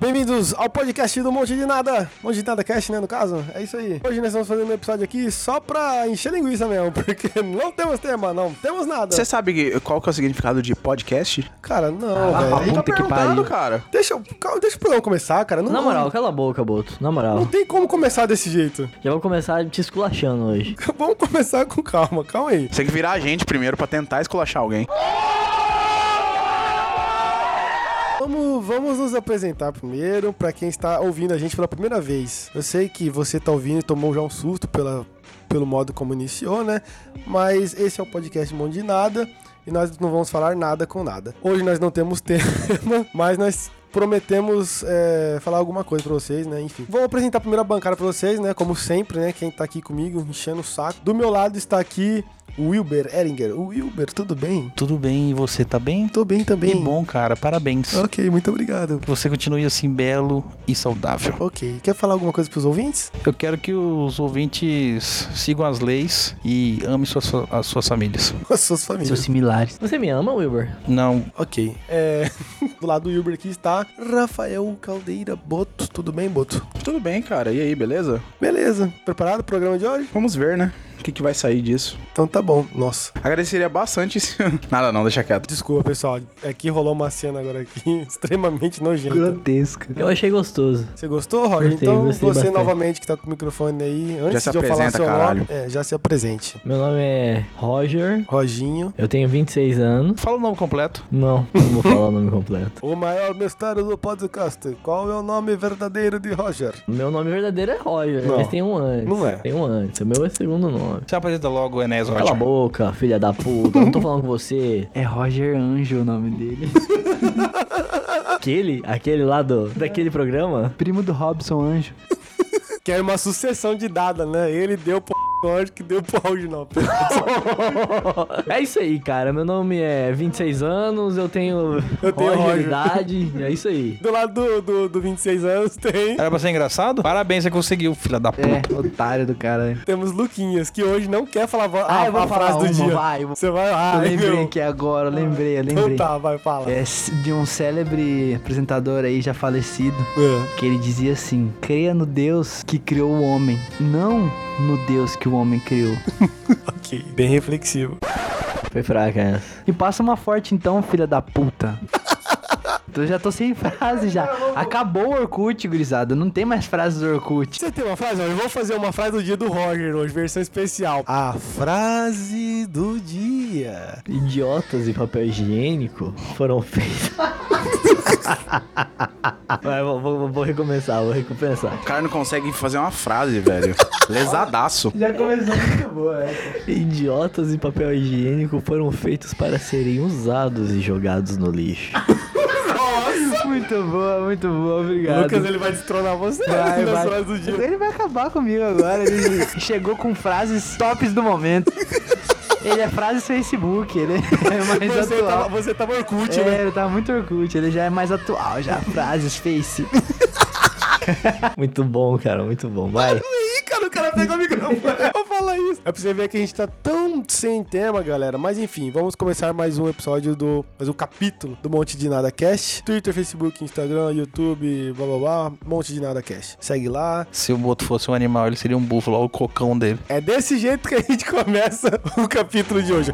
bem-vindos ao podcast do Monte de Nada. Monte de Nada Cast, né, no caso? É isso aí. Hoje nós estamos fazendo um episódio aqui só pra encher linguiça mesmo, porque não temos tema, não temos nada. Você sabe qual que é o significado de podcast? tá Cara, não, velho. Então- puta que pariu. cara. Ah, Deixa, eu- calma, deixa o programa começar, cara. Não, Na é? moral, cala a boca, Boto. Na moral. não tem como começar desse jeito. Já vou começar te esculachando hoje. Vamos começar com calma, calma aí. Você tem que virar a gente primeiro pra tentar esculachar alguém. Vamos, vamos nos apresentar primeiro pra quem está ouvindo a gente pela primeira vez. Eu sei que você tá ouvindo e tomou já um susto pela, pelo modo como iniciou, né? Mas esse é o podcast Mão de Nada e nós não vamos falar nada com nada. Hoje nós não temos tema, mas nós prometemos é, falar alguma coisa pra vocês, né? Enfim. Vou apresentar a primeira bancada pra vocês, né? Como sempre, né? Quem tá aqui comigo, enchendo o saco. Do meu lado está aqui o Wilber Eringer. O Wilber, tudo bem? Tudo bem, e você tá bem? Tô bem também. Que bom, cara, parabéns. Ok, muito obrigado. Que você continue assim belo e saudável. Ok. Quer falar alguma coisa pros ouvintes? Eu quero que os ouvintes sigam as leis e amem suas, as suas famílias. Com as suas famílias. similares. Você me ama, Wilber? Não, Ok. É, do lado do Uber aqui está Rafael Caldeira Boto. Tudo bem, Boto? Tudo bem, cara. E aí, beleza? Beleza. Preparado pro programa de hoje? Vamos ver, né? O que, que vai sair disso? Então tá bom. Nossa. Agradeceria bastante se... Nada não, deixa quieto. Desculpa, pessoal. É que rolou uma cena agora aqui extremamente nojenta. Grotesca. Eu achei gostoso. Você gostou, Roger? Gostei, então gostei você bastante. novamente que tá com o microfone aí, antes se de eu falar apresenta, seu caralho. nome, é, já se apresente. Meu nome é Roger. Roginho, Eu tenho 26 anos. fala o nome completo. Não, não vou falar o nome completo. o maior mistério do podcast. Qual é o nome verdadeiro de Roger? Meu nome verdadeiro é Roger, Não. mas tem um antes. Não é. Tem um antes. O meu é segundo nome. Se apresenta logo, Enéas Rocha. Cala a boca, filha da puta. Não tô falando com você. É Roger Anjo o nome dele. Aquele? Aquele lá do, daquele programa? Primo do Robson Anjo. Que é uma sucessão de dada, né? Ele deu pro Roger que deu pro Roginaldo. É isso aí, cara. Meu nome é 26 anos, eu tenho, Eu tenho Roger. idade. É isso aí. Do lado do, do, do 26 anos tem. Era pra ser engraçado? Parabéns, é você conseguiu, filha da puta. É, otário do cara. Temos Luquinhas, que hoje não quer falar vo- Ah, a, eu vou a falar frase do uma, dia. vai, eu vou- Você vai lá, eu lembrei meu. aqui agora, eu lembrei, eu Então lembrei. tá, vai, fala. É c- de um célebre apresentador aí já falecido, É. que ele dizia assim: creia no Deus que criou o homem, não no Deus que o homem criou. Ok, bem reflexivo. Foi fraca essa. E passa uma forte então, filha da puta. Eu já tô sem frase já. Acabou o Orkut, gurizada. Não tem mais frases do Orkut. Você tem uma frase? Eu vou fazer uma frase do dia do Roger hoje, versão especial. Ah, A frase do dia. Idiotas e papel higiênico foram feitos. Vai, vou, vou- vou recomeçar, vou recompensar. O cara não consegue fazer uma frase, velho. Lesadaço. Já começou muito boa, é. Idiotas e papel higiênico foram feitos para serem usados e jogados no lixo. Muito boa, muito boa, obrigado. Lucas, ele vai destronar você vai, nas vai. frases do dia. Ele vai acabar comigo agora. Ele chegou com frases tops do momento. Ele é frases Facebook, ele é mais Você tava, atual. você tava Orkut, né? É, ele tá muito Orkut, ele já é mais atual, já. Frases, face. Muito bom, cara, muito bom. Vai. Ih, cara, o cara pegou o microfone. Eu falo isso. É pra você ver que a gente tá tão sem tema, galera. Mas enfim, vamos começar mais um episódio do. Mais um capítulo do Monte de Nada Cast. Twitter, Facebook, Instagram, YouTube, blá blá blá. Monte de Nada Cast. Segue lá. Se o Boto fosse um animal, ele seria um búfalo, olha o cocão dele. É desse jeito que a gente começa o capítulo de hoje.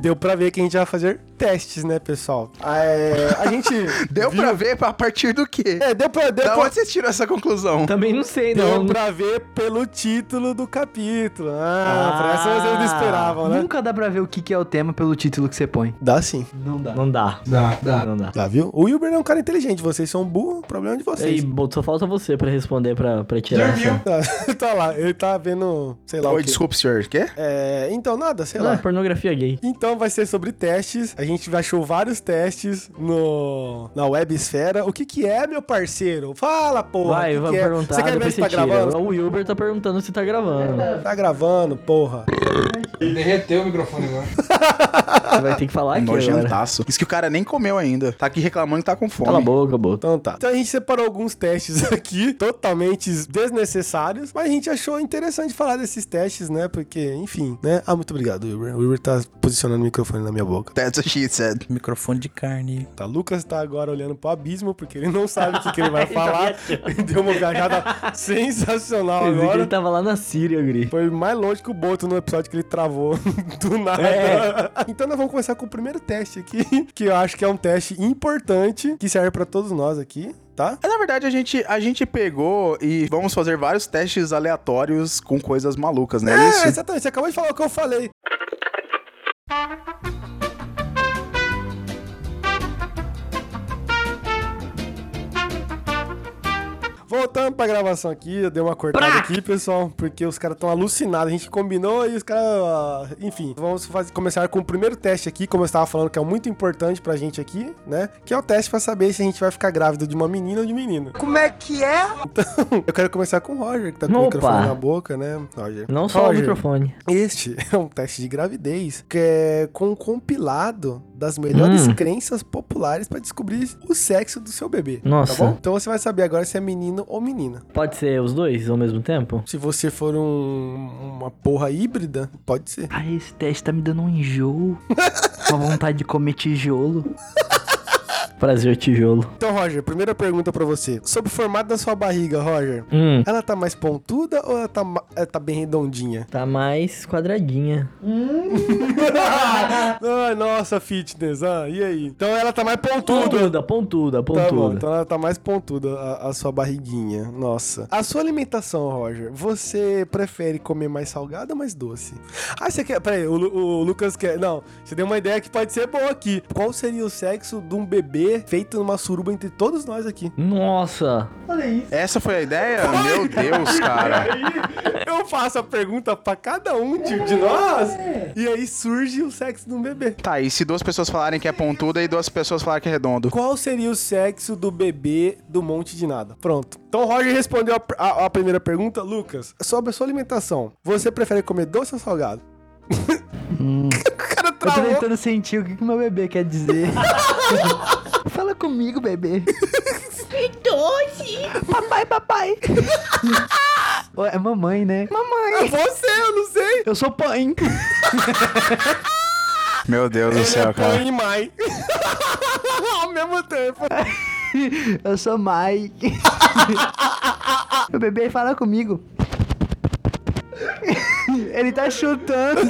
Deu pra ver que a gente vai fazer testes, né, pessoal? É, a gente. Deu viu- pra ver a partir do quê? É, deu pra, deu Da pra, onde vocês tiram essa conclusão? Também não sei, deu não. pra ver pelo título do capítulo. Ah, pra essa vocês não esperavam, né? Nunca dá pra ver o que, que é o tema pelo título que você põe. Dá sim. Não dá. Não dá. Dá, dá. Não dá. Dá, viu? O Wilber é um cara inteligente, vocês são burro, problema de Ei, vocês. Bolt, só falta você pra responder pra, pra tirar essa. Tá, tá lá, ele tá vendo, sei lá Oi, o quê. desculpa, senhor. Quê? É, então nada, sei Não, é lá. pornografia gay. Então vai ser sobre testes. A gente achou vários testes no na websfera. O que que é, meu parceiro? Fala, porra. o Vai, que vai que é? perguntar, Você quer ver depois se você tá tira. gravando? O Wilber tá perguntando se tá gravando. Tá gravando, porra. Derreteu o microfone agora. Você vai ter que É Tá falar aqui agora. Nojentaço. Isso que o cara nem comeu ainda. Tá aqui reclamando que tá com fome. Cala a boca, boca. Então tá. Então a gente separou alguns testes aqui, totalmente desnecessários, mas a gente achou interessante falar desses testes, né? Porque, enfim, né? Ah, muito obrigado, Wilber. O Wilber tá posicionando o microfone na minha boca. That's what she said. Microfone de carne. Tá, Lucas tá agora olhando pro abismo, porque ele não sabe o que, que ele vai falar. Deu uma viajada sensacional Esse que ele Então, tá- agora. tava lá na Síria, Gri. Foi mais longe que o Boto no episódio que ele travou do nada. É. Então nós vamos começar com o primeiro teste aqui, que eu acho que é um teste importante, que serve pra todos nós aqui, tá? É, Na verdade, a gente, a gente pegou e vamos fazer vários testes aleatórios com coisas malucas, né? É, Isso? exatamente. Você acabou de falar o que eu falei. Voltando pra gravação aqui, eu dei uma cortada aqui, pessoal, porque os caras estão alucinados. A gente combinou e os caras. ah, Enfim, vamos fazer- começar com o primeiro teste aqui, como eu estava falando, que é muito importante pra gente aqui, né? Que é o teste pra saber se a gente vai ficar grávida de uma menina ou de um menino. Como é que é? Então, eu quero começar com o Roger, que tá com o Opa. microfone na boca, né, Roger? Não só o Roger, microfone. Este é um teste de gravidez, que é com um compilado das melhores Hum. crenças populares pra descobrir o sexo do seu bebê. Nossa. Tá bom? Então você vai saber agora se é menino ou menina. Pode ser os dois ao mesmo tempo? Se você for um- uma porra híbrida, pode ser. Ai, esse teste tá me dando um enjoo. Uma vontade de comer tijolo. Prazer, tijolo. Então, Roger, primeira pergunta pra você. Sobre o formato da sua barriga, Roger, Hum. ela tá mais pontuda ou ela tá, ma- ela tá bem redondinha? Tá mais quadradinha. Ai, nossa, fitness. Ah, e aí? Então ela tá mais pontuda. Pontuda, pontuda, Tá bom, pontuda. então ela tá mais pontuda, a, a sua barriguinha. Nossa. A sua alimentação, Roger, você prefere comer mais salgado ou mais doce? Ah, você quer. Peraí, o, Lu- o Lucas quer. Não, você deu uma ideia que pode ser boa aqui. Qual seria o sexo de um bebê feito numa suruba entre todos nós aqui? Nossa. Essa foi a ideia? Meu Deus, cara. Eu faço a pergunta pra cada um de, de nós e aí surge o sexo de um bebê. Tá, e se duas pessoas falarem que é pontuda e duas pessoas falarem que é redondo? Qual seria o sexo do bebê do monte de nada? Pronto. Então o Roger respondeu a, pr- a- a primeira pergunta. Lucas, sobre a sua alimentação, você prefere comer doce ou salgado? Hum. o cara Eu tô travou. tentando sentir o que, que meu bebê quer dizer. Fala comigo, bebê. Doce. Papai, papai. Ué, é mamãe, né? É Mamãe. você, eu não sei. Eu sou pai. Meu Deus É do é, céu, cara. Põe mãe. Ao mesmo tempo. Eu sou mãe. meu bebê fala comigo. Ele tá chutando.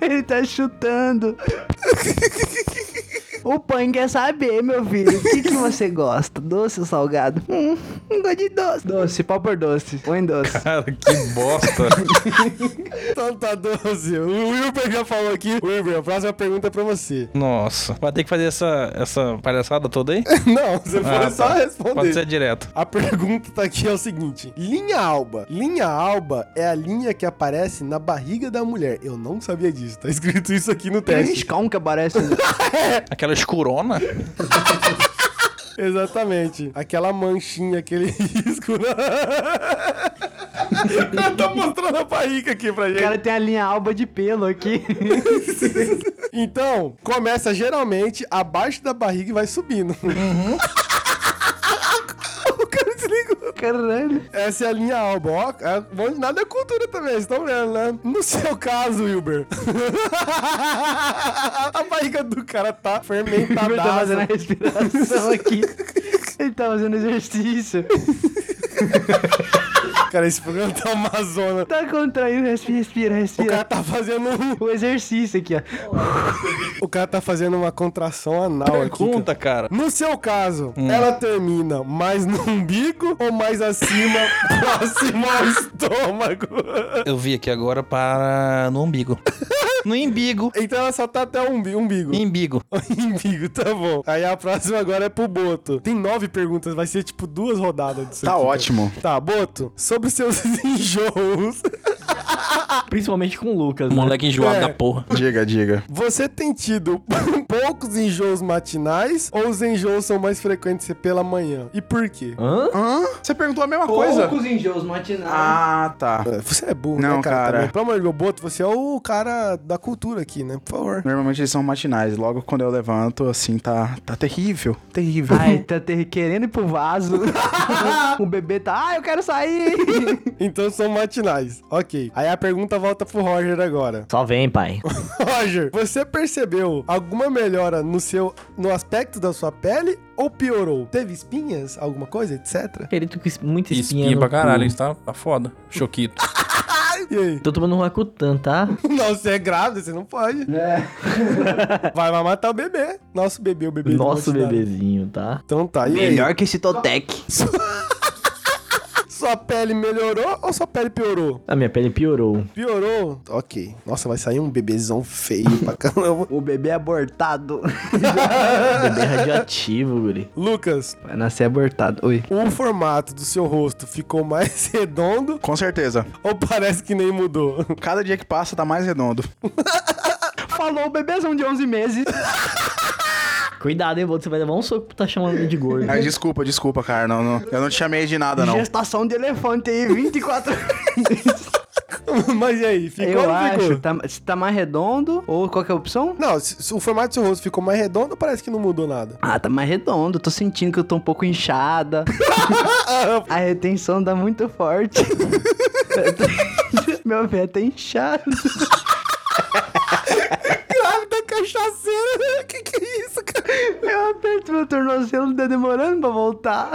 Ele tá chutando. O pai quer saber, meu filho. O que, que você gosta? Doce ou salgado? Hum, não gosto de doce. Doce, pau por doce. Põe doce. Cara, que bosta. Então tá 12. O Wilber já falou aqui. Wilber, a próxima pergunta é pra você. Nossa. Vai ter que fazer essa, essa palhaçada toda aí? Não, você foi Ah, só tá. responder. Pode ser direto. A pergunta tá aqui é o seguinte: linha alba. Linha alba é a linha que aparece na barriga da mulher. Eu não sabia disso. Tá escrito isso aqui no teste. Cão que aparece. né? Aquela escurona? Exatamente. Aquela manchinha, aquele risco. na- tá mostrando a barriga aqui pra O gente. cara tem a linha alba de pelo aqui. Então, começa geralmente abaixo da barriga e vai subindo. o cara desligou. Caralho. Essa é a linha alba. Ó, é, bom de nada é cultura também, vocês estão vendo, né? No seu caso, Wilber. a barriga do cara tá Ele tá fazendo fermentada. né? a respiração aqui. Ele tá fazendo exercício. cara, esse programa tá uma zona. Tá contraindo, respira, respira, O cara respira. tá fazendo um- O exercício aqui, ó. O cara tá fazendo uma contração anal aqui. cara. Pergunta, cara. No seu caso, Hum. ela termina mais no umbigo ou mais acima, próximo ao estômago? Eu vi aqui agora para no umbigo. No imbigo. Então ela só tá até o umbi- umbigo. Imbigo. Umbigo, tá bom. Aí a próxima agora é pro Boto. Tem nove perguntas, vai ser tipo duas rodadas disso Tá aqui, cara. ótimo. Tá, Boto, sobre os seus enjoos. Principalmente com o Lucas, né? Moleque enjoado É. da porra. Diga, diga. Você tem tido poucos enjoos matinais ou os enjoos são mais frequentes pela manhã? E por quê? Hã? Hã? Você perguntou a mesma coisa? enjoos matinais. Ah, tá. É, Você é burro, Não, né, cara? cara. também? Pelo amor de Deus, Boto, você é o cara da cultura aqui, né? Por favor. Normalmente eles são matinais. Logo quando eu levanto, assim, tá, tá terrível. Terrível. Ai, tá te- querendo ir pro vaso. o bebê tá, ah, eu quero sair. Então são matinais. Ok. Aí a pergunta volta pro Roger agora. Só vem, pai. Roger, você percebeu alguma melhora no seu no aspecto da sua pele ou piorou? Teve espinhas, alguma coisa, etc? Querido com es- muita espinha. Espinha no pra caralho, cu. isso tá, tá foda. Choquito. E aí? Tô tomando um Rakutan, tá? Não, você é grávida, você não pode. Vai, vai matar o bebê. Nosso bebê, o bebê. do Nosso Bolsonaro. bebezinho, tá? Então tá, e aí? que esse Totec. Sua pele melhorou ou sua pele piorou? A minha pele piorou. Piorou? Ok. Nossa, vai sair um bebezão feio pra caramba. O bebê é abortado. Bebê radioativo, guri. Lucas, Vai nascer abortado. Oi. o formato do seu rosto ficou mais redondo Com certeza. ou parece que nem mudou? Cada dia que passa tá mais redondo. Falou o bebezão de 11 meses. Cuidado, hein, Boto. Você vai levar um soco por tá chamando ele de gordo. Ai, desculpa, desculpa, cara. Não, não- eu não te chamei de nada, não. Gestação de elefante aí, 24 Mas e aí, ficou Eu ou não acho, ficou? tá, se tá mais redondo, ou qual que é a opção? Não, se, se o formato do seu rosto ficou mais redondo ou parece que não mudou nada? Ah, tá mais redondo, tô sentindo que eu tô um pouco inchada. a retenção tá muito forte. Eu tô- Meu pé tá inchado. Grávida cachaceira, que que é isso, cara? Eu aperto meu tornozelo, tá demorando pra voltar.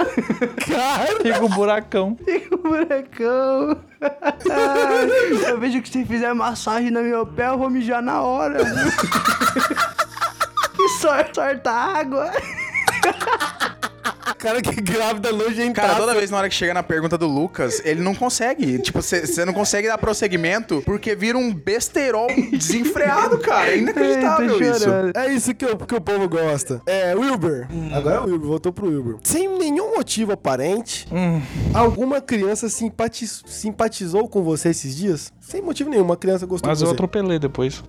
Cara, Fica o buracão. Fica um buracão. Ai, eu vejo que se fizer massagem no meu pé, eu vou mijar na hora. que sorte, sorta água. cara que grávida nojentada. Cara, toda vez na hora que chega na pergunta do Lucas, ele não consegue. Tipo, você não consegue dar prosseguimento porque vira um besterol desenfreado, cara. É inacreditável Ai, tô isso. chorando. É isso que, o- que o povo gosta. É, Wilbur. Agora é o Wilbur, voltou pro Wilbur. Sem nenhum motivo aparente, alguma criança simpati- simpatizou com você esses dias? Sem motivo nenhum, uma criança gostou Mas de eu você. atropelei depois.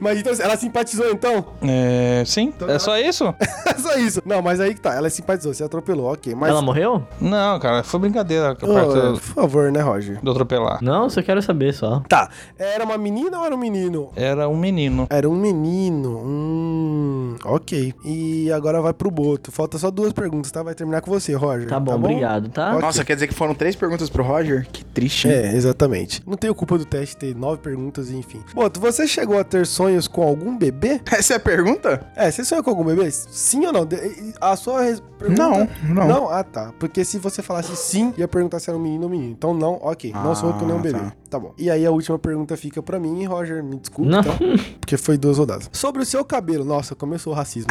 Mas então, ela simpatizou então? É. Sim? É só isso? É só isso. Não, mas aí que tá, ela simpatizou, você atropelou, ok. Mas... Ela morreu? Não, cara, foi brincadeira a parte Ô, é, do, por favor, né, Roger? do atropelar. Não, só quero saber só. Tá, era uma menina ou era um menino? Era um menino. Era um menino. Hum, ok. E agora vai pro Boto. Falta só duas perguntas, tá? Vai terminar com você, Roger. Tá bom, obrigado, tá? Ok. Nossa, quer dizer que foram três perguntas pro Roger? Que triste. hein? É, exatamente. Não tenho culpa do teste ter nove perguntas e enfim. Boto, você chegou a ter sonhos com algum bebê? Essa é a pergunta? É, você sonhou com algum bebê? Sim ou não? De- e- A sua res- pergunta... Não, não. Não? Ah, tá. Porque se você falasse sim, ia perguntar se era um menino ou menino. Então não, ok. Não Ah, sonhou com nenhum bebê. tá. Tá. bom. E aí a última pergunta fica pra mim, Roger, me desculpe, Não. tá? Porque foi duas rodadas. Sobre o seu cabelo... Nossa, começou o racismo.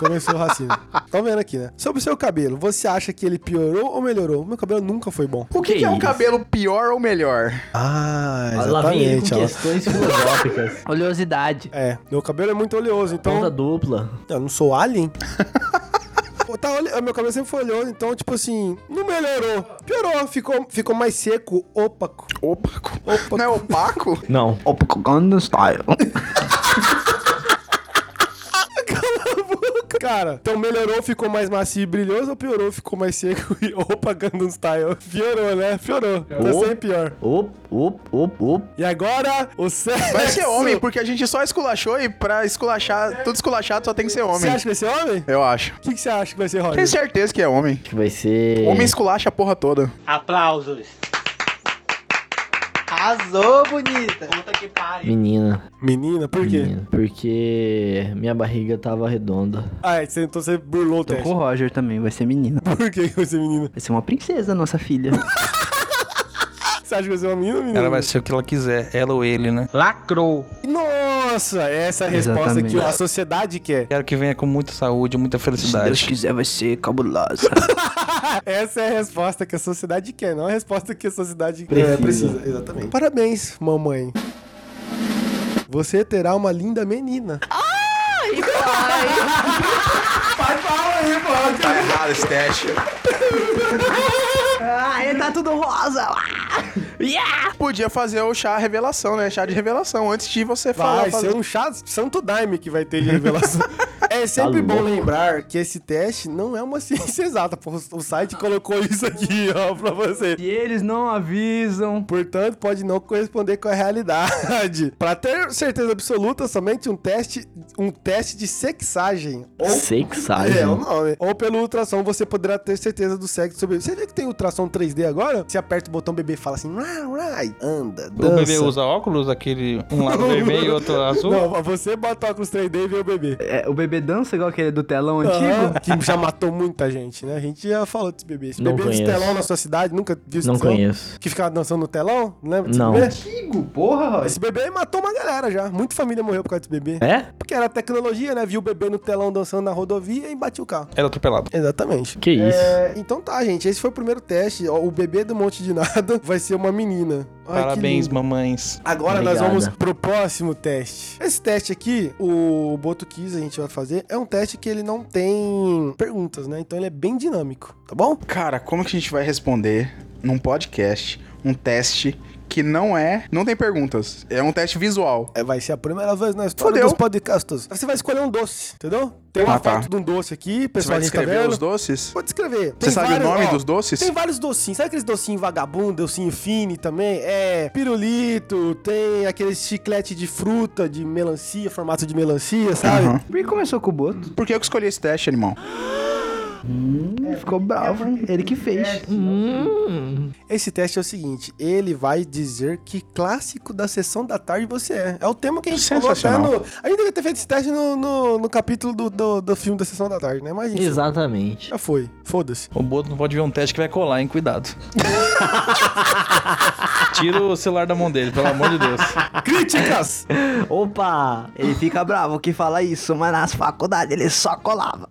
começou o racismo. Tá vendo aqui, né? Sobre o seu cabelo, você acha que ele piorou ou melhorou? Meu cabelo nunca foi bom. O que, Que que é um isso? cabelo pior ou melhor? Ah, Lá vem ele com exatamente. ela- questões filosóficas. Oleosidade. É, meu cabelo é muito oleoso, Ponta então. dupla. Eu não sou alien. Pô, tá, olhe- meu cabelo sempre foi oleoso, então, tipo assim, não melhorou. Piorou, ficou, ficou mais seco, opaco. Opaco. Opaco. Não é opaco? Não. Opcogando style. Cara, então melhorou, ficou mais macio e brilhoso, ou piorou, ficou mais seco e opa, Gundam Style? Piorou, né? Piorou. Tá sempre pior. Op, op, op, op. E agora, o sexo. Vai ser é homem, porque a gente só esculachou e pra esculachar, tudo esculachado só tem que ser Você homem. acha que vai ser homem? Eu acho. O que, que você acha que vai ser, Roger? Tenho certeza que é homem. Que vai ser. Homem esculacha a porra toda. Arrasou, bonita. Menina. Menina, por quê? menina. Porque minha barriga tava redonda. Ah, é, você- então você burlou o Tô teste. com o Roger também, vai ser menina. Por que que vai ser menina? Vai ser uma princesa, nossa filha. Você acha que vai ser uma menina ou menina? Ela vai ser o que ela quiser, ela ou ele, né? Nossa, essa é a resposta Exatamente. que a sociedade quer. Quero que venha com muita saúde, muita Se Deus felicidade. quiser, vai ser cabulosa. Essa é a resposta que a sociedade quer, não a resposta que a sociedade Precisa. é, precisa. Exatamente. Parabéns, mamãe. Você terá uma linda menina. Tá errado esse teste. Ah, ele tá tudo rosa. Ah! Podia fazer o chá revelação, né? Chá de revelação, antes de você falar. Vai fazer... ser um chá Santo Daime que vai ter de revelação. É sempre Tá bom louco. lembrar que esse teste não é uma ciência exata. pô. O site colocou isso aqui, ó, pra você. E eles não avisam. Portanto, pode não corresponder com a realidade. Pra ter certeza absoluta, somente um teste, um teste de sexagem. Ou Sexagem. É, o nome. Ou pelo ultrassom você poderá ter certeza do sexo sobre. Você vê que tem ultrassom 3D agora? Você aperta o botão bebê e fala assim, "Rá, rá", e anda, O dança. bebê usa óculos, aquele um lado vermelho e outro azul. Não, você bota óculos 3D e vê o bebê. É, o bebê dança igual aquele do telão Aham, antigo? que já matou muita gente, né? A gente já falou desse bebê. Esse Não bebê conheço. de telão na sua cidade, nunca viu esse Não telão? conheço. Que ficava dançando no telão? Não lembra desse Não. bebê? Antigo, porra, Roy. Esse bebê matou uma galera já. Muita família morreu por causa desse bebê. É? Porque era tecnologia, né? Viu o bebê no telão dançando na rodovia e batia o carro. Era atropelado. Exatamente. Que isso? É, então tá, gente. Esse foi o primeiro teste. Ó, O bebê do Monte de Nada vai ser uma menina. Ai, que Parabéns, lindo. mamães. Agora nós Obrigada. vamos pro próximo teste. Esse teste aqui, o Boto Kiss a gente vai fazer, é um teste que ele não tem perguntas, né? Então ele é bem dinâmico, tá bom? um Cara, como que a gente vai responder num podcast um teste que não é. Não tem perguntas. É um teste visual. É, vai ser a primeira vez na história Fodeu. dos podcasts. Você vai escolher um doce, entendeu? Tem uma Ah, tá. foto de um doce aqui, Você vai pessoal, a gente tá descrever vendo. os doces? Vou descrever. Você sabe o nome dos doces? Tem vários docinhos. Sabe aqueles docinhos vagabundo, docinho fine também? É pirulito, tem aquele chiclete de fruta, de melancia, formato de melancia, sabe? Aham. Por que começou com o Boto? Por que eu que escolhi esse teste, animal? É. Ele ficou bravo, hein? Ele que fez. Uhum. Esse teste é o seguinte, ele vai dizer que clássico da sessão da tarde você é. É o tema que a gente falou até Sensacional. no... A gente devia ter feito esse teste no, no, no capítulo do, do, do filme da sessão da tarde, né? Mas enfim, Exatamente. já foi. Foda-se. O Boto não pode ver um teste que vai colar, hein? Cuidado. Tira o celular da mão dele, pelo amor de Deus. Críticas! Opa! Ele fica bravo que fala isso, mas nas faculdades ele só colava.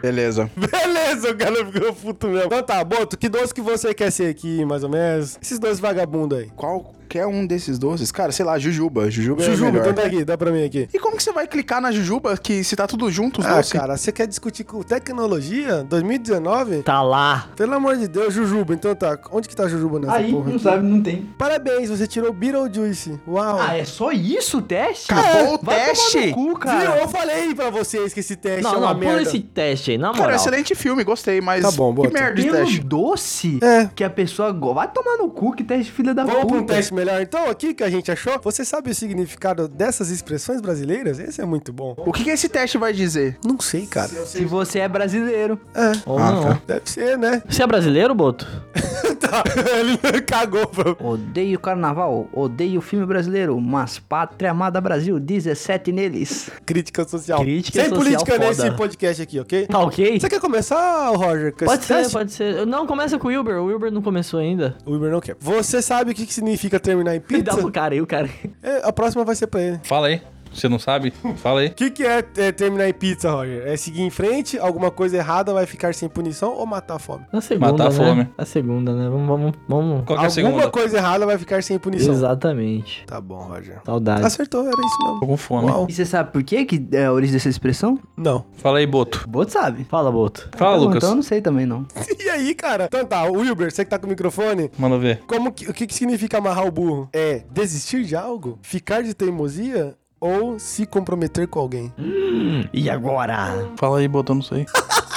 Beleza. Beleza, o cara ficou puto mesmo. Então tá, Boto, que doce que você quer ser aqui, mais ou menos? Esses dois vagabundos aí. Qualquer um desses doces, cara, sei lá, jujuba. Jujuba, é Jujuba, melhor. então tá aqui, dá pra mim aqui. E como que você vai clicar na jujuba que se tá tudo junto os Ah, doces? cara, você quer discutir com tecnologia? 2019? Tá lá. Pelo amor de Deus, Jujuba. Então tá, onde que tá Jujuba nessa porra? aqui? não tem. Parabéns, você tirou Beetlejuice. Uau. Ah, é só isso o teste? É, Acabou o Vai teste? tomar no cu, Viu? cara. Eu falei pra vocês que esse teste é Não, uma não, pula merda. é esse teste aí, na moral. Cara, excelente filme, gostei, mas. Tá bom, que bota. merda de Pelo teste. um doce É. que a pessoa... go- Vai tomar no cu, que teste filha da Vamos puta. para um teste melhor então aqui que a gente achou? Você sabe o significado dessas expressões brasileiras? Esse é muito bom. O que, que esse teste vai dizer? Não sei, cara. Se você é brasileiro. É, Ou Ah, não. tá. deve ser, né? Você é brasileiro, Boto? Tá, ele cagou. pra- Odeio carnaval, odeio filme brasileiro, mas pátria amada Brasil, 17 neles. Crítica social. Crítica Sem social política foda. nesse podcast aqui, ok? Tá ok? Você quer começar, Roger? com Pode esse ser, teste? pode ser. Não, começa com o Wilber. O Wilber não começou ainda. O Uber não quer. Você sabe o que, que significa terminar em Me pizza? dá um pro cara aí, o cara. É, a próxima vai ser pra ele. Fala aí. Você não sabe? Fala aí. O que, que é, é, terminar em pizza, Roger? É seguir em frente, alguma coisa errada vai ficar sem punição ou matar a fome? Na segunda, Matar a né? fome. Na segunda, né? Vamos, vamos, vamos. Qual que é a alguma segunda? coisa errada vai ficar sem punição. Exatamente. Tá bom, Roger. Saudade. Acertou, era isso mesmo. Tô com fome. Uau. E você sabe por que que é a origem dessa expressão? Não. Fala aí, Boto. O Boto sabe. Fala, Boto. Fala, Lucas. Então eu não sei também, não. E aí, cara? Então tá, Wilber, você que tá com o microfone. Manda ver. Como que, o que, que significa amarrar o burro? É desistir de algo? Ficar de teimosia? Ou se comprometer com alguém? Hum. E agora? Fala aí, Boto, eu não sei.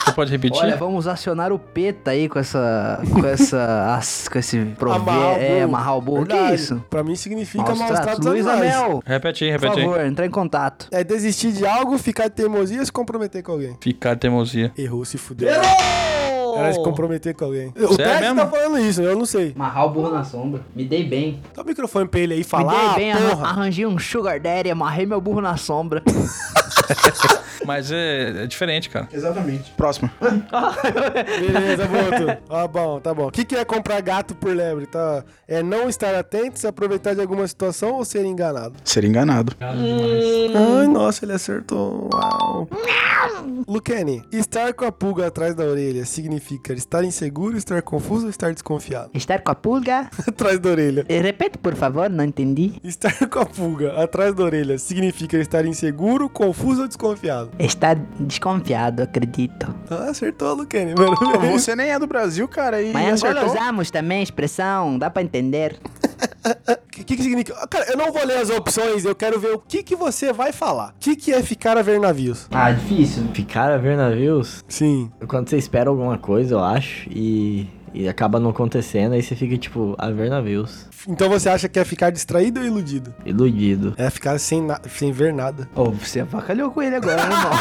Você pode repetir? Olha, vamos acionar o PETA aí com essa. com essa. as- com esse provérbio. É, amarrar o burro. Que Verdade. isso? Pra mim significa Maus maus tratos. tratos Luiz animais. Amel, Repete aí, por repete aí. favor, entrar em contato. É desistir de algo, ficar de teimosia e se comprometer com alguém. Ficar de teimosia. Errou, se fudeu. Era se comprometer com alguém. O Ted mesmo? tá falando isso, eu não sei. Amarrar o burro na sombra. Me dei bem. Dá o microfone pra ele aí falar, Me dei bem, arran- porra. arranjei um sugar daddy, amarrei meu burro na sombra. Mas é, é diferente, cara. Exatamente. Próxima. Beleza, Boto. Tá bom, tá bom. O que, que é comprar gato por lebre? Tá? É não estar atento, se aproveitar de alguma situação ou ser enganado? Ser enganado. Ai, nossa, ele acertou. Uau. Luquene, estar com a pulga atrás da orelha significa estar inseguro, estar confuso ou estar desconfiado? Estar com a pulga? atrás da orelha. Eh, Repete, por favor, não entendi. Estar com a pulga atrás da orelha significa estar inseguro, confuso ou desconfiado? Está desconfiado, acredito. Ah, acertou, Luquene, mano. Você nem é do Brasil, cara, e Mas agora acertou. usamos também a expressão, dá pra entender. O que, que significa? Ah, Cara, eu não vou ler as opções, eu quero ver o que, que você vai falar. O que, que é ficar a ver navios? Ah, difícil. Ficar a ver navios Sim. quando você espera alguma coisa, eu acho, e, e acaba não acontecendo, aí você fica tipo, a ver navios, Então você acha que é ficar distraído ou iludido? iludido. É ficar sem, na- sem ver nada. Ô, você avacalhou com ele agora, né, irmão?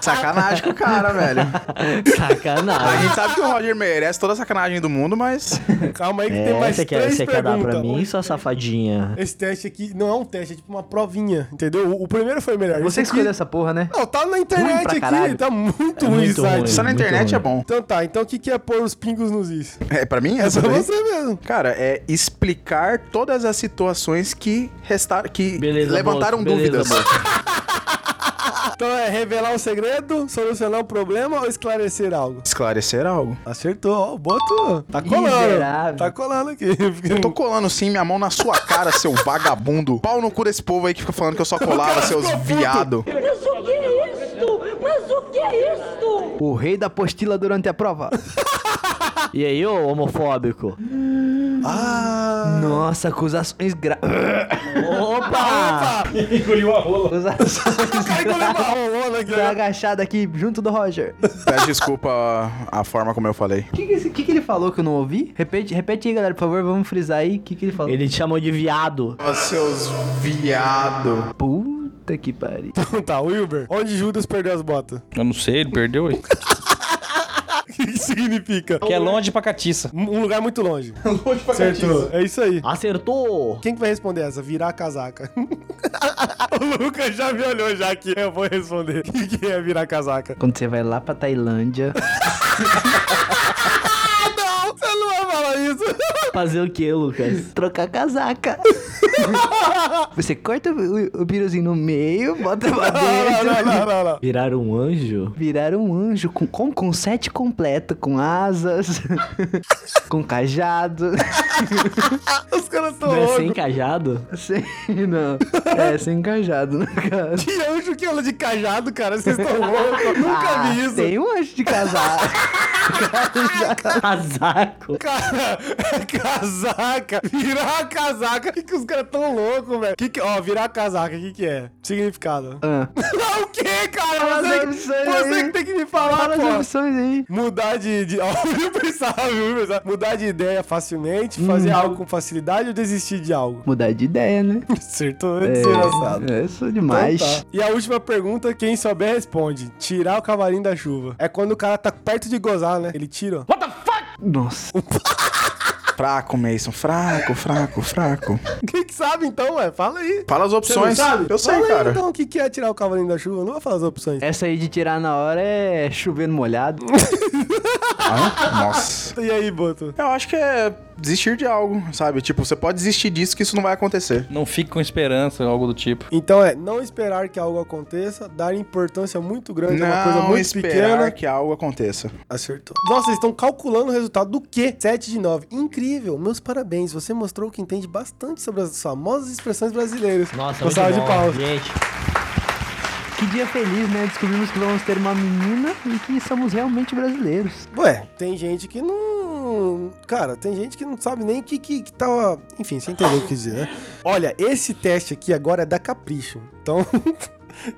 Sacanagem com o cara, velho. Ah, A Sacanagem. gente sabe que o Roger merece toda a sacanagem do mundo, mas. Calma aí que tem É, mais você quer, três você quer dar perguntas. pra mim, sua safadinha? Esse teste aqui não é um teste, é tipo uma provinha, entendeu? O, o primeiro foi melhor. Você que Esse escolheu aqui... essa porra, né? Não, tá na internet pra aqui, caralho. tá muito É ruim esse muito site. ruim. Só na muito internet é ruim. bom. Então tá, então o que, que é pôr os pingos nos is? É pra mim É essa pra daí? você mesmo. Cara, é explicar todas as situações que restaram, que Beleza, levantaram moço, beleza, dúvidas. moço. Então é revelar um segredo, solucionar um problema ou esclarecer algo? Esclarecer algo. Acertou, ó, o Boto tá colando. Miserável. Tá colando aqui. Eu tô colando sim minha mão na sua cara, seu vagabundo. Pau no cu desse povo aí que fica falando que eu só colava, seus viado. Mas o que é isto? Mas o que é isto? O rei da apostila durante a prova. E aí, ô homofóbico? Ah, Nossa, acusações graves. Opa! Acusações graves. rolando aqui. né? Tá agachado aqui junto do Roger. Peço desculpa a forma como eu falei. O que, que, esse- que que ele falou que eu não ouvi? Repete, repete aí, galera, por favor. Vamos frisar aí. O que, que ele falou? Ele te chamou de viado. Ó, Seus viado. Puta que pariu. Então tá, Wilber, onde Judas perdeu as botas? Eu não sei, ele perdeu. aí. O que, que significa? que é longe pra catiça. Um um lugar muito longe. Acertou, é isso aí. Acertou! Quem que vai responder essa? Virar a casaca. o Lucas já me olhou já aqui. Eu vou responder. O que, que é virar a casaca? Quando você vai lá pra Tailândia. Ah, não! Você não vai falar isso! Fazer o que, Lucas? trocar casaca. você corta o, o piruzinho no meio, bota pra Não, dentro. não, não, não, não. Virar um anjo? Virar um anjo com, com, com sete completo, com asas, com cajado. Os caras tão Não é loucos. assim? sem cajado? sem, não. É, sem cajado, no caso. Que anjo que anda de cajado, cara? Vocês estão loucos? Nunca Ah, vi isso. Tem um anjo de casar. Casaco! Cara, é casaca. Virar a casaca. Que que os caras tão loucos, velho? Que que, ó, virar a casaca, o que que é? Significado. Ah. Não, o que, cara? Fala Você, as opções você aí. que tem que me falar, Fala as pô. opções aí. Mudar de. de... Ó, eu pensava, eu pensava. Mudar de ideia facilmente, fazer algo com facilidade ou desistir de algo? Mudar de ideia, né? Acertou antes, engraçado. é, sou demais. Então tá. E a última pergunta, quem souber responde. Tirar o cavalinho da chuva. É quando o cara tá perto de gozar, né? Ele tira, ó. Nossa. Fraco, Mason. Fraco, fraco, fraco. Quem que sabe então, ué? Fala aí. Fala as Você não opções. sabe? É. Eu sei, Fala aí, cara. então o que que é tirar o cavalinho da chuva? Eu Não vou falar as opções. Essa aí de tirar na hora é chovendo molhado. Ah, nossa. E aí, Boto? Eu acho que é desistir de algo, sabe? Tipo, você pode desistir disso que isso não vai acontecer. Não fique com esperança, algo do tipo. Então é, não esperar que algo aconteça, dar importância muito grande a uma coisa Não muito esperar pequena. que algo aconteça. Acertou. Nossa, eles estão calculando o resultado do quê? 7 de 9. Incrível. Meus parabéns. Você mostrou que entende bastante sobre as famosas expressões brasileiras. Uma Nossa, muito salva bom, de palmas. gente. Que dia feliz, né? Descobrimos que vamos ter uma menina e que somos realmente brasileiros. Ué, tem gente que não. Cara, tem gente que não sabe nem o que, que, que tava. Enfim, você entendeu o que quis dizer, né? Olha, esse teste aqui agora é da Capricho. Então.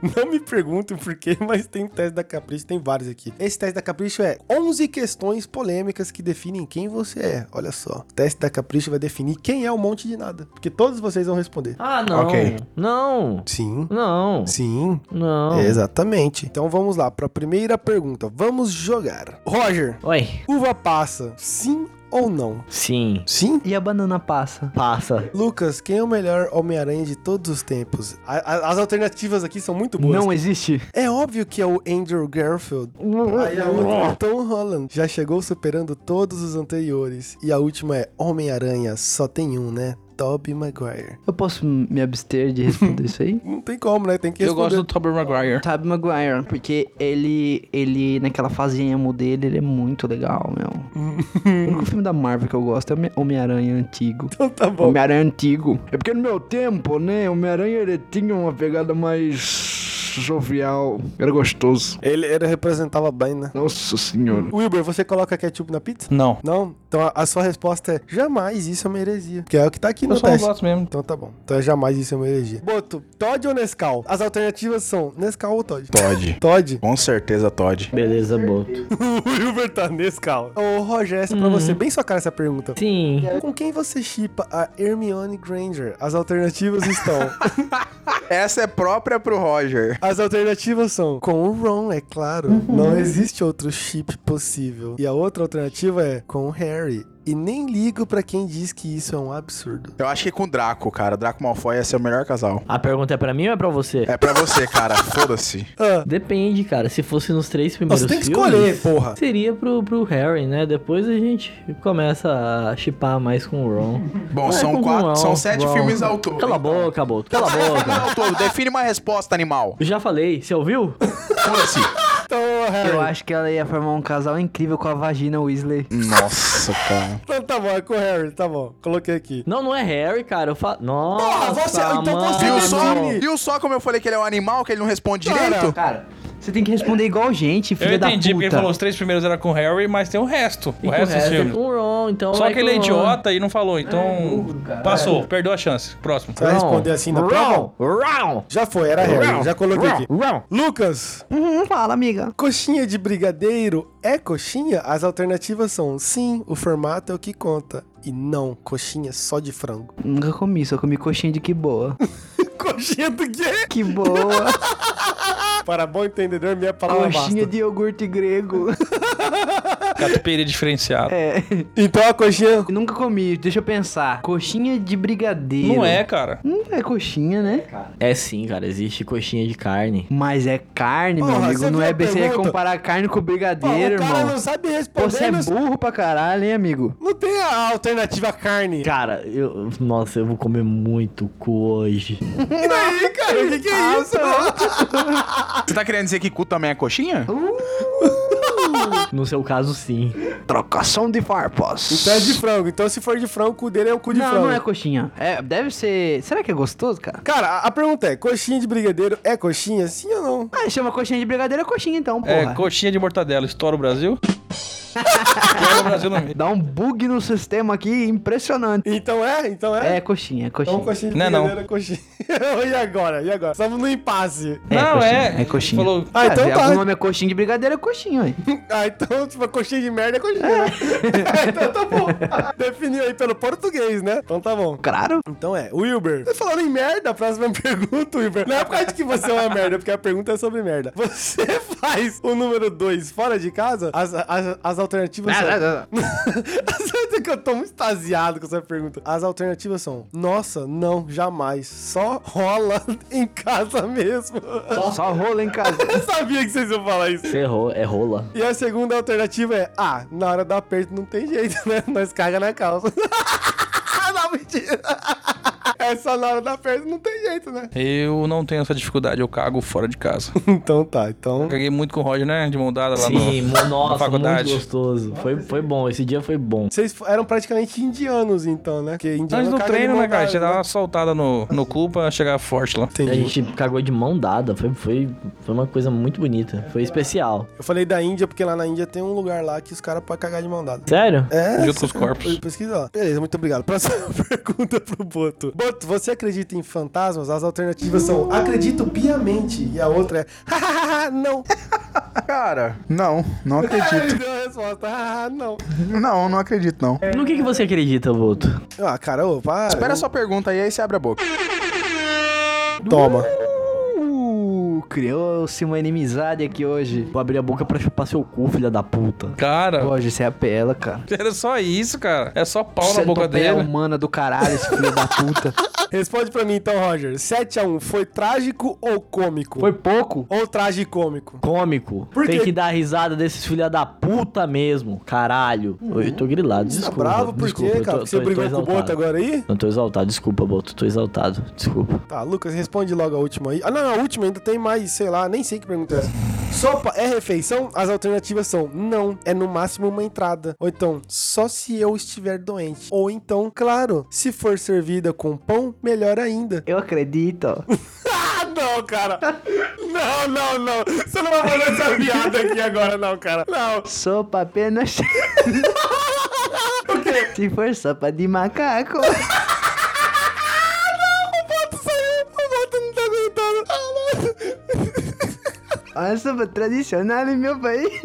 Não me perguntem por quê, mas tem um teste da Capricho, tem vários aqui. Esse teste da Capricho é 11 questões polêmicas que definem quem você é. Olha só. O teste da Capricho vai definir quem é um monte de nada. Porque todos vocês vão responder. Ah, não. Ok. Não. Sim. Não. Sim. Não. Exatamente. Então vamos lá para a primeira pergunta. Vamos jogar. Roger, Oi. uva passa, sim ou não? Sim. Sim? E a banana passa? Passa. Lucas, quem é o melhor Homem-Aranha de todos os tempos? A- a- as alternativas aqui são muito boas. Não existe. É óbvio que é o Andrew Garfield. Aí a outra é Tom Holland. Já chegou superando todos os anteriores. E a última é Homem-Aranha, só tem um, né? Tobey Maguire. Eu posso me abster de responder isso aí? Não tem como, né? Tem que Eu gosto responder. do Tobey Maguire. Sabe Maguire, porque ele, ele naquela fase emo dele, ele é muito legal, meu. o único filme da Marvel que eu gosto é Homem- Homem-Aranha antigo. Então tá bom. Homem-Aranha antigo. É porque no meu tempo, né, Homem-Aranha ele tinha uma pegada mais jovial, era gostoso. Ele, ele representava bem, né? Nossa senhora. Wilber, você coloca ketchup na pizza? Não. Não? Então a, a sua resposta é jamais isso é uma heresia. Que é o que tá aqui Eu no um só não teste. gosto mesmo. Então tá bom. Então é jamais isso é uma heresia. Boto, Todd ou Nescau? As alternativas são Nescau ou Todd? Todd. Todd. Com certeza, Todd. Beleza, Boto. o Wilber tá Nescau. Ô, Rogério, é Uhum. pra você, bem sua cara essa pergunta. Sim. Com quem você chipa a Hermione Granger? As alternativas estão. Essa é própria pro Roger. As alternativas são com o Ron, é claro. Uhum. Não existe outro chip possível. E a outra alternativa é com o Harry. E nem ligo pra quem diz que isso é um absurdo. Eu acho que com o Draco, cara. Draco Malfoy ia ser o melhor casal. A pergunta é pra mim ou é pra você? É pra você, cara. Foda-se. Ah, Depende, cara. Se fosse nos três primeiros você tem que filmes, escolher, porra. Seria pro, pro Harry, né? Depois a gente começa a chipar mais com o Ron. Bom, Não é são com o quatro, Ron, são sete Ron. filmes ao todo. Cala a Então. boca, Boto. Cala a boca. Ao todo, define uma resposta, animal. Eu já falei. Você ouviu? Foda-se. Então, Harry. Eu acho que ela ia formar um casal incrível com a vagina Weasley. Nossa, cara. Então tá bom, é com o Harry, tá bom. Coloquei aqui. Não, não é Harry, cara. Eu falo... Nossa, você- então você mano. Viu só, Define. viu só como eu falei que ele é um animal, que ele não responde Cara. direito? Cara, você tem que responder igual gente, Eu filha da entendi, porque ele puta. falou assim. os três primeiros era com o Harry, mas tem o resto. E o com resto dos é filmes. com o Ron, então Só vai que ele é com o Ron. idiota e não falou, então. Passou, perdeu a chance. Próximo. Você vai responder assim na um. prova? Ron. Já foi, era Harry. Já coloquei aqui. Lucas, Uhum, fala, amiga. coxinha de brigadeiro é coxinha? As alternativas são sim, o formato é o que conta. E não, coxinha só de frango. Nunca comi, só comi coxinha de que boa. coxinha do quê? Que boa. Para bom entendedor, minha palavra coxinha basta. de iogurte grego. Catupiry diferenciado. É. Então a coxinha... Nunca comi, deixa eu pensar. Coxinha de brigadeiro. Não é, cara. Não é coxinha, né? É sim, cara. Existe coxinha de carne. Mas é carne, meu Porra, você amigo. Não viu é a BC pergunta? comparar carne com Pô, o brigadeiro, cara irmão. não sabe Pô, responder. Você é não- burro pra caralho, hein, amigo? Não tem a alternativa carne. Cara, eu... Nossa, eu vou comer muito cu hoje. E daí, cara? O que, que ah, é isso? tá. Você tá querendo dizer que cu também é coxinha? No seu caso, sim. Trocação de farpas. Então é de frango. Então se for de frango, o cu dele é o cu de não, frango. não é coxinha. É, deve ser. Será que é gostoso, cara? Cara, a- a pergunta é, coxinha de brigadeiro é coxinha? Sim ou não? Ah, chama coxinha de brigadeiro é coxinha então, porra. É, coxinha de mortadela, estoura o Brasil. Quebra o Brasil no meio. Dá um bug no sistema aqui impressionante. Então é? Então é? É coxinha, é Então coxinha. coxinha de Não é não. brigadeiro é coxinha. e agora? E agora? Estamos no impasse. É não, coxinha, é. é coxinha. Falou, Ah, então se tá. algum nome é coxinha de brigadeiro, é coxinha, ué. Ah, então, tipo, coxinha de merda é coxinha. né? então tá bom. Definiu aí pelo português, né? Então tá bom. Claro. Então é, Wilber. Você falando em merda, a próxima pergunta, Wilber. Não é por causa de que você é uma merda, porque a pergunta é sobre merda. Você faz o número 2 fora de casa? As, as, as alternativas são. Sabe que eu tô muito extasiado com essa pergunta. As alternativas são: Nossa, não, jamais. Só rola em casa mesmo. Só rola em casa. Eu sabia que vocês iam falar isso. Você errou. É rola. E a segunda alternativa é: Ah, na hora do aperto não tem jeito, né? Nós caga na calça. Ah, não, mentira. É só na hora do aperto não tem jeito, né? Eu não tenho essa dificuldade, eu cago fora de casa. Então tá, então. Caguei muito com o Roger, né? De mão dada lá Sim, no, mo- na nossa, muito faculdade. gostoso. Foi, foi bom, esse dia foi bom. Vocês f- eram praticamente indianos, então, né? Porque indiano Antes do caga de treino, né, mão cara? dada, Você dá uma soltada no, no cu pra chegar forte lá. A Entendi. gente cagou de mão dada, foi, foi, foi uma coisa muito bonita, foi especial. Eu falei da Índia porque lá na Índia tem um lugar lá que os caras podem cagar de mão dada. Sério? É, Junto com os corpos. eu- Pesquisa lá. Beleza, muito obrigado. Próxima pergunta pro Boto. Boto, você acredita em fantasmas? As alternativas são acredito piamente. E a outra é hahaha, não. Cara, não, não acredito. Ele deu a resposta, hahaha, não. Não, não acredito, não. É. No que, que você acredita, Boto? Ah, cara, ô, para. Espera a sua pergunta aí, aí você abre a boca. Toma. Uh, criou-se uma inimizade aqui hoje. Vou abrir a boca pra chupar seu cu, filha da puta. Cara, Hoje você apela, cara. era só isso, cara. É só pau na Você boca topé dele. humana do caralho, esse filho da puta. Responde pra mim então, Roger. 7x1, foi trágico ou cômico? Foi pouco? Ou tragicômico? Cômico. Por Tem quê? que dar risada desses filha da puta mesmo, caralho. Eu tô grilado, Tá desculpa. bravo por desculpa, quê, eu cara? tô- Você tô- brigou tô com o Boto exaltado. agora aí? Não tô exaltado, desculpa, Boto, tô exaltado, desculpa. Tá, Lucas, responde logo a última aí. Ah, não, a última ainda tem mais, sei lá, nem sei que pergunta é essa. Sopa é refeição? As alternativas são não, é no máximo uma entrada. Ou então, só se eu estiver doente. Ou então, claro, se for servida com pão, melhor ainda. Eu acredito. Ah, não! não, cara. Não, não, não. Você não vai fazer essa piada aqui agora, não, cara. Não. Sopa apenas. Se for sopa de macaco. O Boto saiu. O Boto não tá aguentando. Ah, não. Uma sopa tradicional em meu país.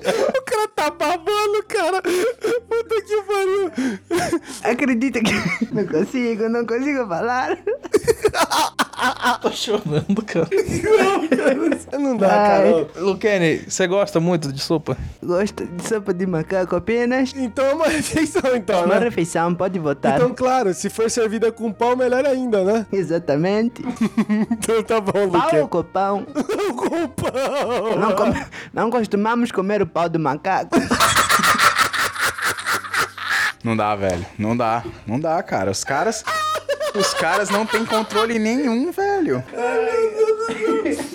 O cara tá babando, cara. Puta que pariu. Acredita que. Não consigo, não consigo falar. um. Tô chorando, cara. Não dá, Ai. cara. Luquene, você gosta muito de sopa? Gosto de sopa de macaco apenas. Então é uma refeição, então, Uma né? refeição, pode votar. Então, claro, se for servida com pau, melhor ainda, né? Exatamente. Então tá bom, Pau ou Luque. copão? Com pau. Não, come- não costumamos comer o pau do macaco. Não dá, velho. Não dá. Não dá, cara. Os caras. Os caras não têm controle nenhum, velho.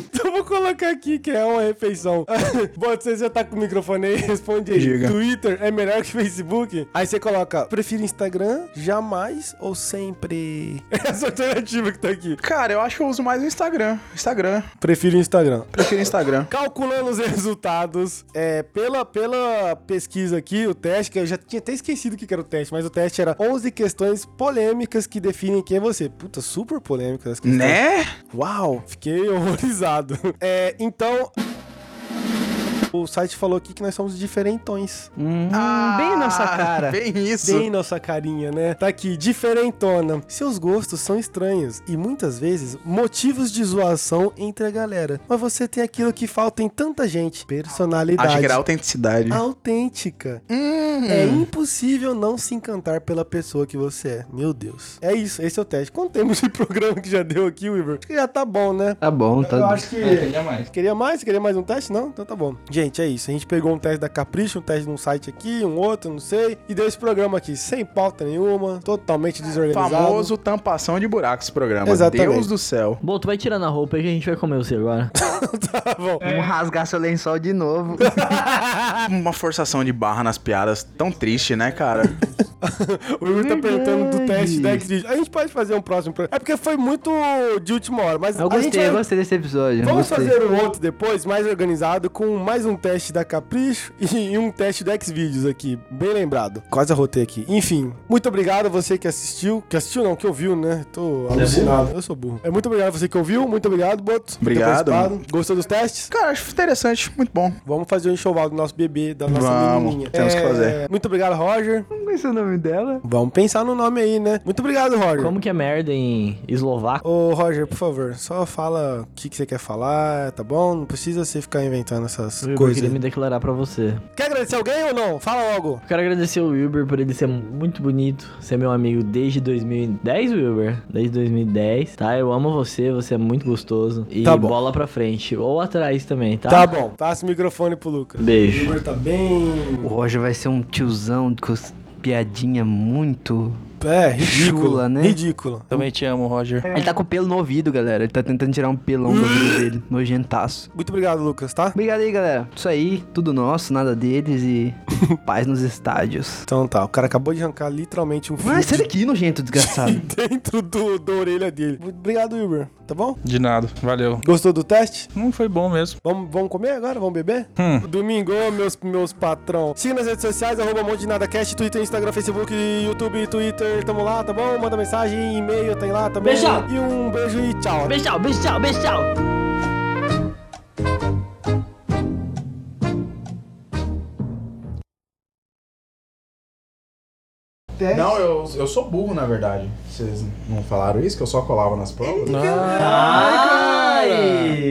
Então vou colocar aqui que é uma refeição. Bota, você já tá com o microfone aí, responde aí. Diga. Twitter é melhor que Facebook? Aí você coloca, prefiro Instagram, jamais ou sempre? Essa alternativa que tá aqui. Cara, eu acho que eu uso mais o Instagram. Instagram. Prefiro Instagram. Prefiro Instagram. Calculando os resultados, é, pela, pela pesquisa aqui, o teste, que eu já tinha até esquecido o que que era o teste, mas o teste era 11 questões polêmicas que definem quem é você. Puta, super polêmica as questões. Né? Uau, fiquei horrorizado. É, então. O site falou aqui que nós somos diferentões. Hum, bem nossa cara. Ah, Bem isso. Bem nossa carinha, né? Tá aqui, diferentona. Seus gostos são estranhos e muitas vezes motivos de zoação entre a galera. Mas você tem aquilo que falta em tanta gente: personalidade. Acho que era autenticidade. autêntica. Hum. É impossível não se encantar pela pessoa que você é. Meu Deus. É isso, esse é o teste. Quanto tempo de programa que já deu aqui, Weaver? Acho que já tá bom, né? Tá bom, tá Eu acho que. mais. Queria mais? Queria mais um teste? Não? Então tá bom. Gente, é isso. A gente pegou um teste da Capricho, um teste num site aqui, um outro, não sei. E deu esse programa aqui, sem pauta nenhuma, totalmente desorganizado. Famoso tampação de buraco esse programa. Exatamente. Deus do céu. Bom, tu vai tirando a roupa e a gente vai comer você agora. tá bom. Vamos rasgar seu lençol de novo. Uma forçação de barra nas piadas tão triste, né, cara? O Igor tá perguntando do teste da Xvideos. A gente pode fazer um próximo programa. É porque foi muito de última hora, mas Eu a gente gostei, vai- eu gostei desse episódio. Vamos gostei. fazer um outro depois, mais organizado, com mais um teste da Capricho e um teste do Xvideos aqui. Bem lembrado. Quase arrotei aqui. Enfim, muito obrigado a você que assistiu. Que assistiu não, que ouviu, né? é Tô alucinado. Eu sou burro. É, muito obrigado a você que ouviu. Muito obrigado, Boto. por ter Obrigado. participado. Gostou dos testes? Cara, acho interessante. Muito bom. Vamos fazer o enxoval do nosso bebê, da nossa Vamos, menininha. É, temos que fazer. Muito obrigado, Roger. Como é o nome dela? Vamos pensar no nome aí, né? Muito obrigado, Roger. Como que é merda em eslovaco? Ô, Roger, por favor, só fala o que, que você quer falar, tá bom? Não precisa você ficar inventando essas Eu coisas. queria me declarar pra você. Quer agradecer alguém ou não? Fala logo. Eu Quero agradecer o Wilber por ele ser muito bonito, ser meu amigo desde 2010, Wilber. Desde 2010, tá? Eu amo você, você é muito gostoso. E Tá bom. bola pra frente. Ou atrás também, tá? Tá bom. Passa o microfone pro Lucas. O Beijo. Igor tá bem. O Roger vai ser um tiozão com as piadinha muito. É, ridículo. Chula, né? Ridículo. Também te amo, É. Roger. Ele tá com pelo no ouvido, galera. Ele tá tentando tirar um pelão do ouvido dele. Nojentaço. Muito obrigado, Lucas, tá? Obrigado aí, galera. Isso aí, tudo nosso, nada deles e paz nos estádios. Então tá, o cara acabou de arrancar literalmente um fio Mas sai de daqui, nojento, desgraçado. dentro do, da orelha dele. Muito obrigado, Igor. Tá bom? De nada, valeu. Gostou do teste? Não foi bom mesmo. Vamos, vamos comer agora? Vamos beber? Hum. Domingo, meus, meus patrão. Siga nas redes sociais, arroba Monte de Nada Cast, Twitter, Instagram, Facebook, YouTube, Twitter. Tamo lá, tá bom? Manda mensagem, e-mail tem lá também. Beijão. E um beijo e tchau. Beijão, beijão, beijão. Não, eu, eu sou burro, na verdade. Vocês não falaram isso? Que eu só colava nas provas? Ai!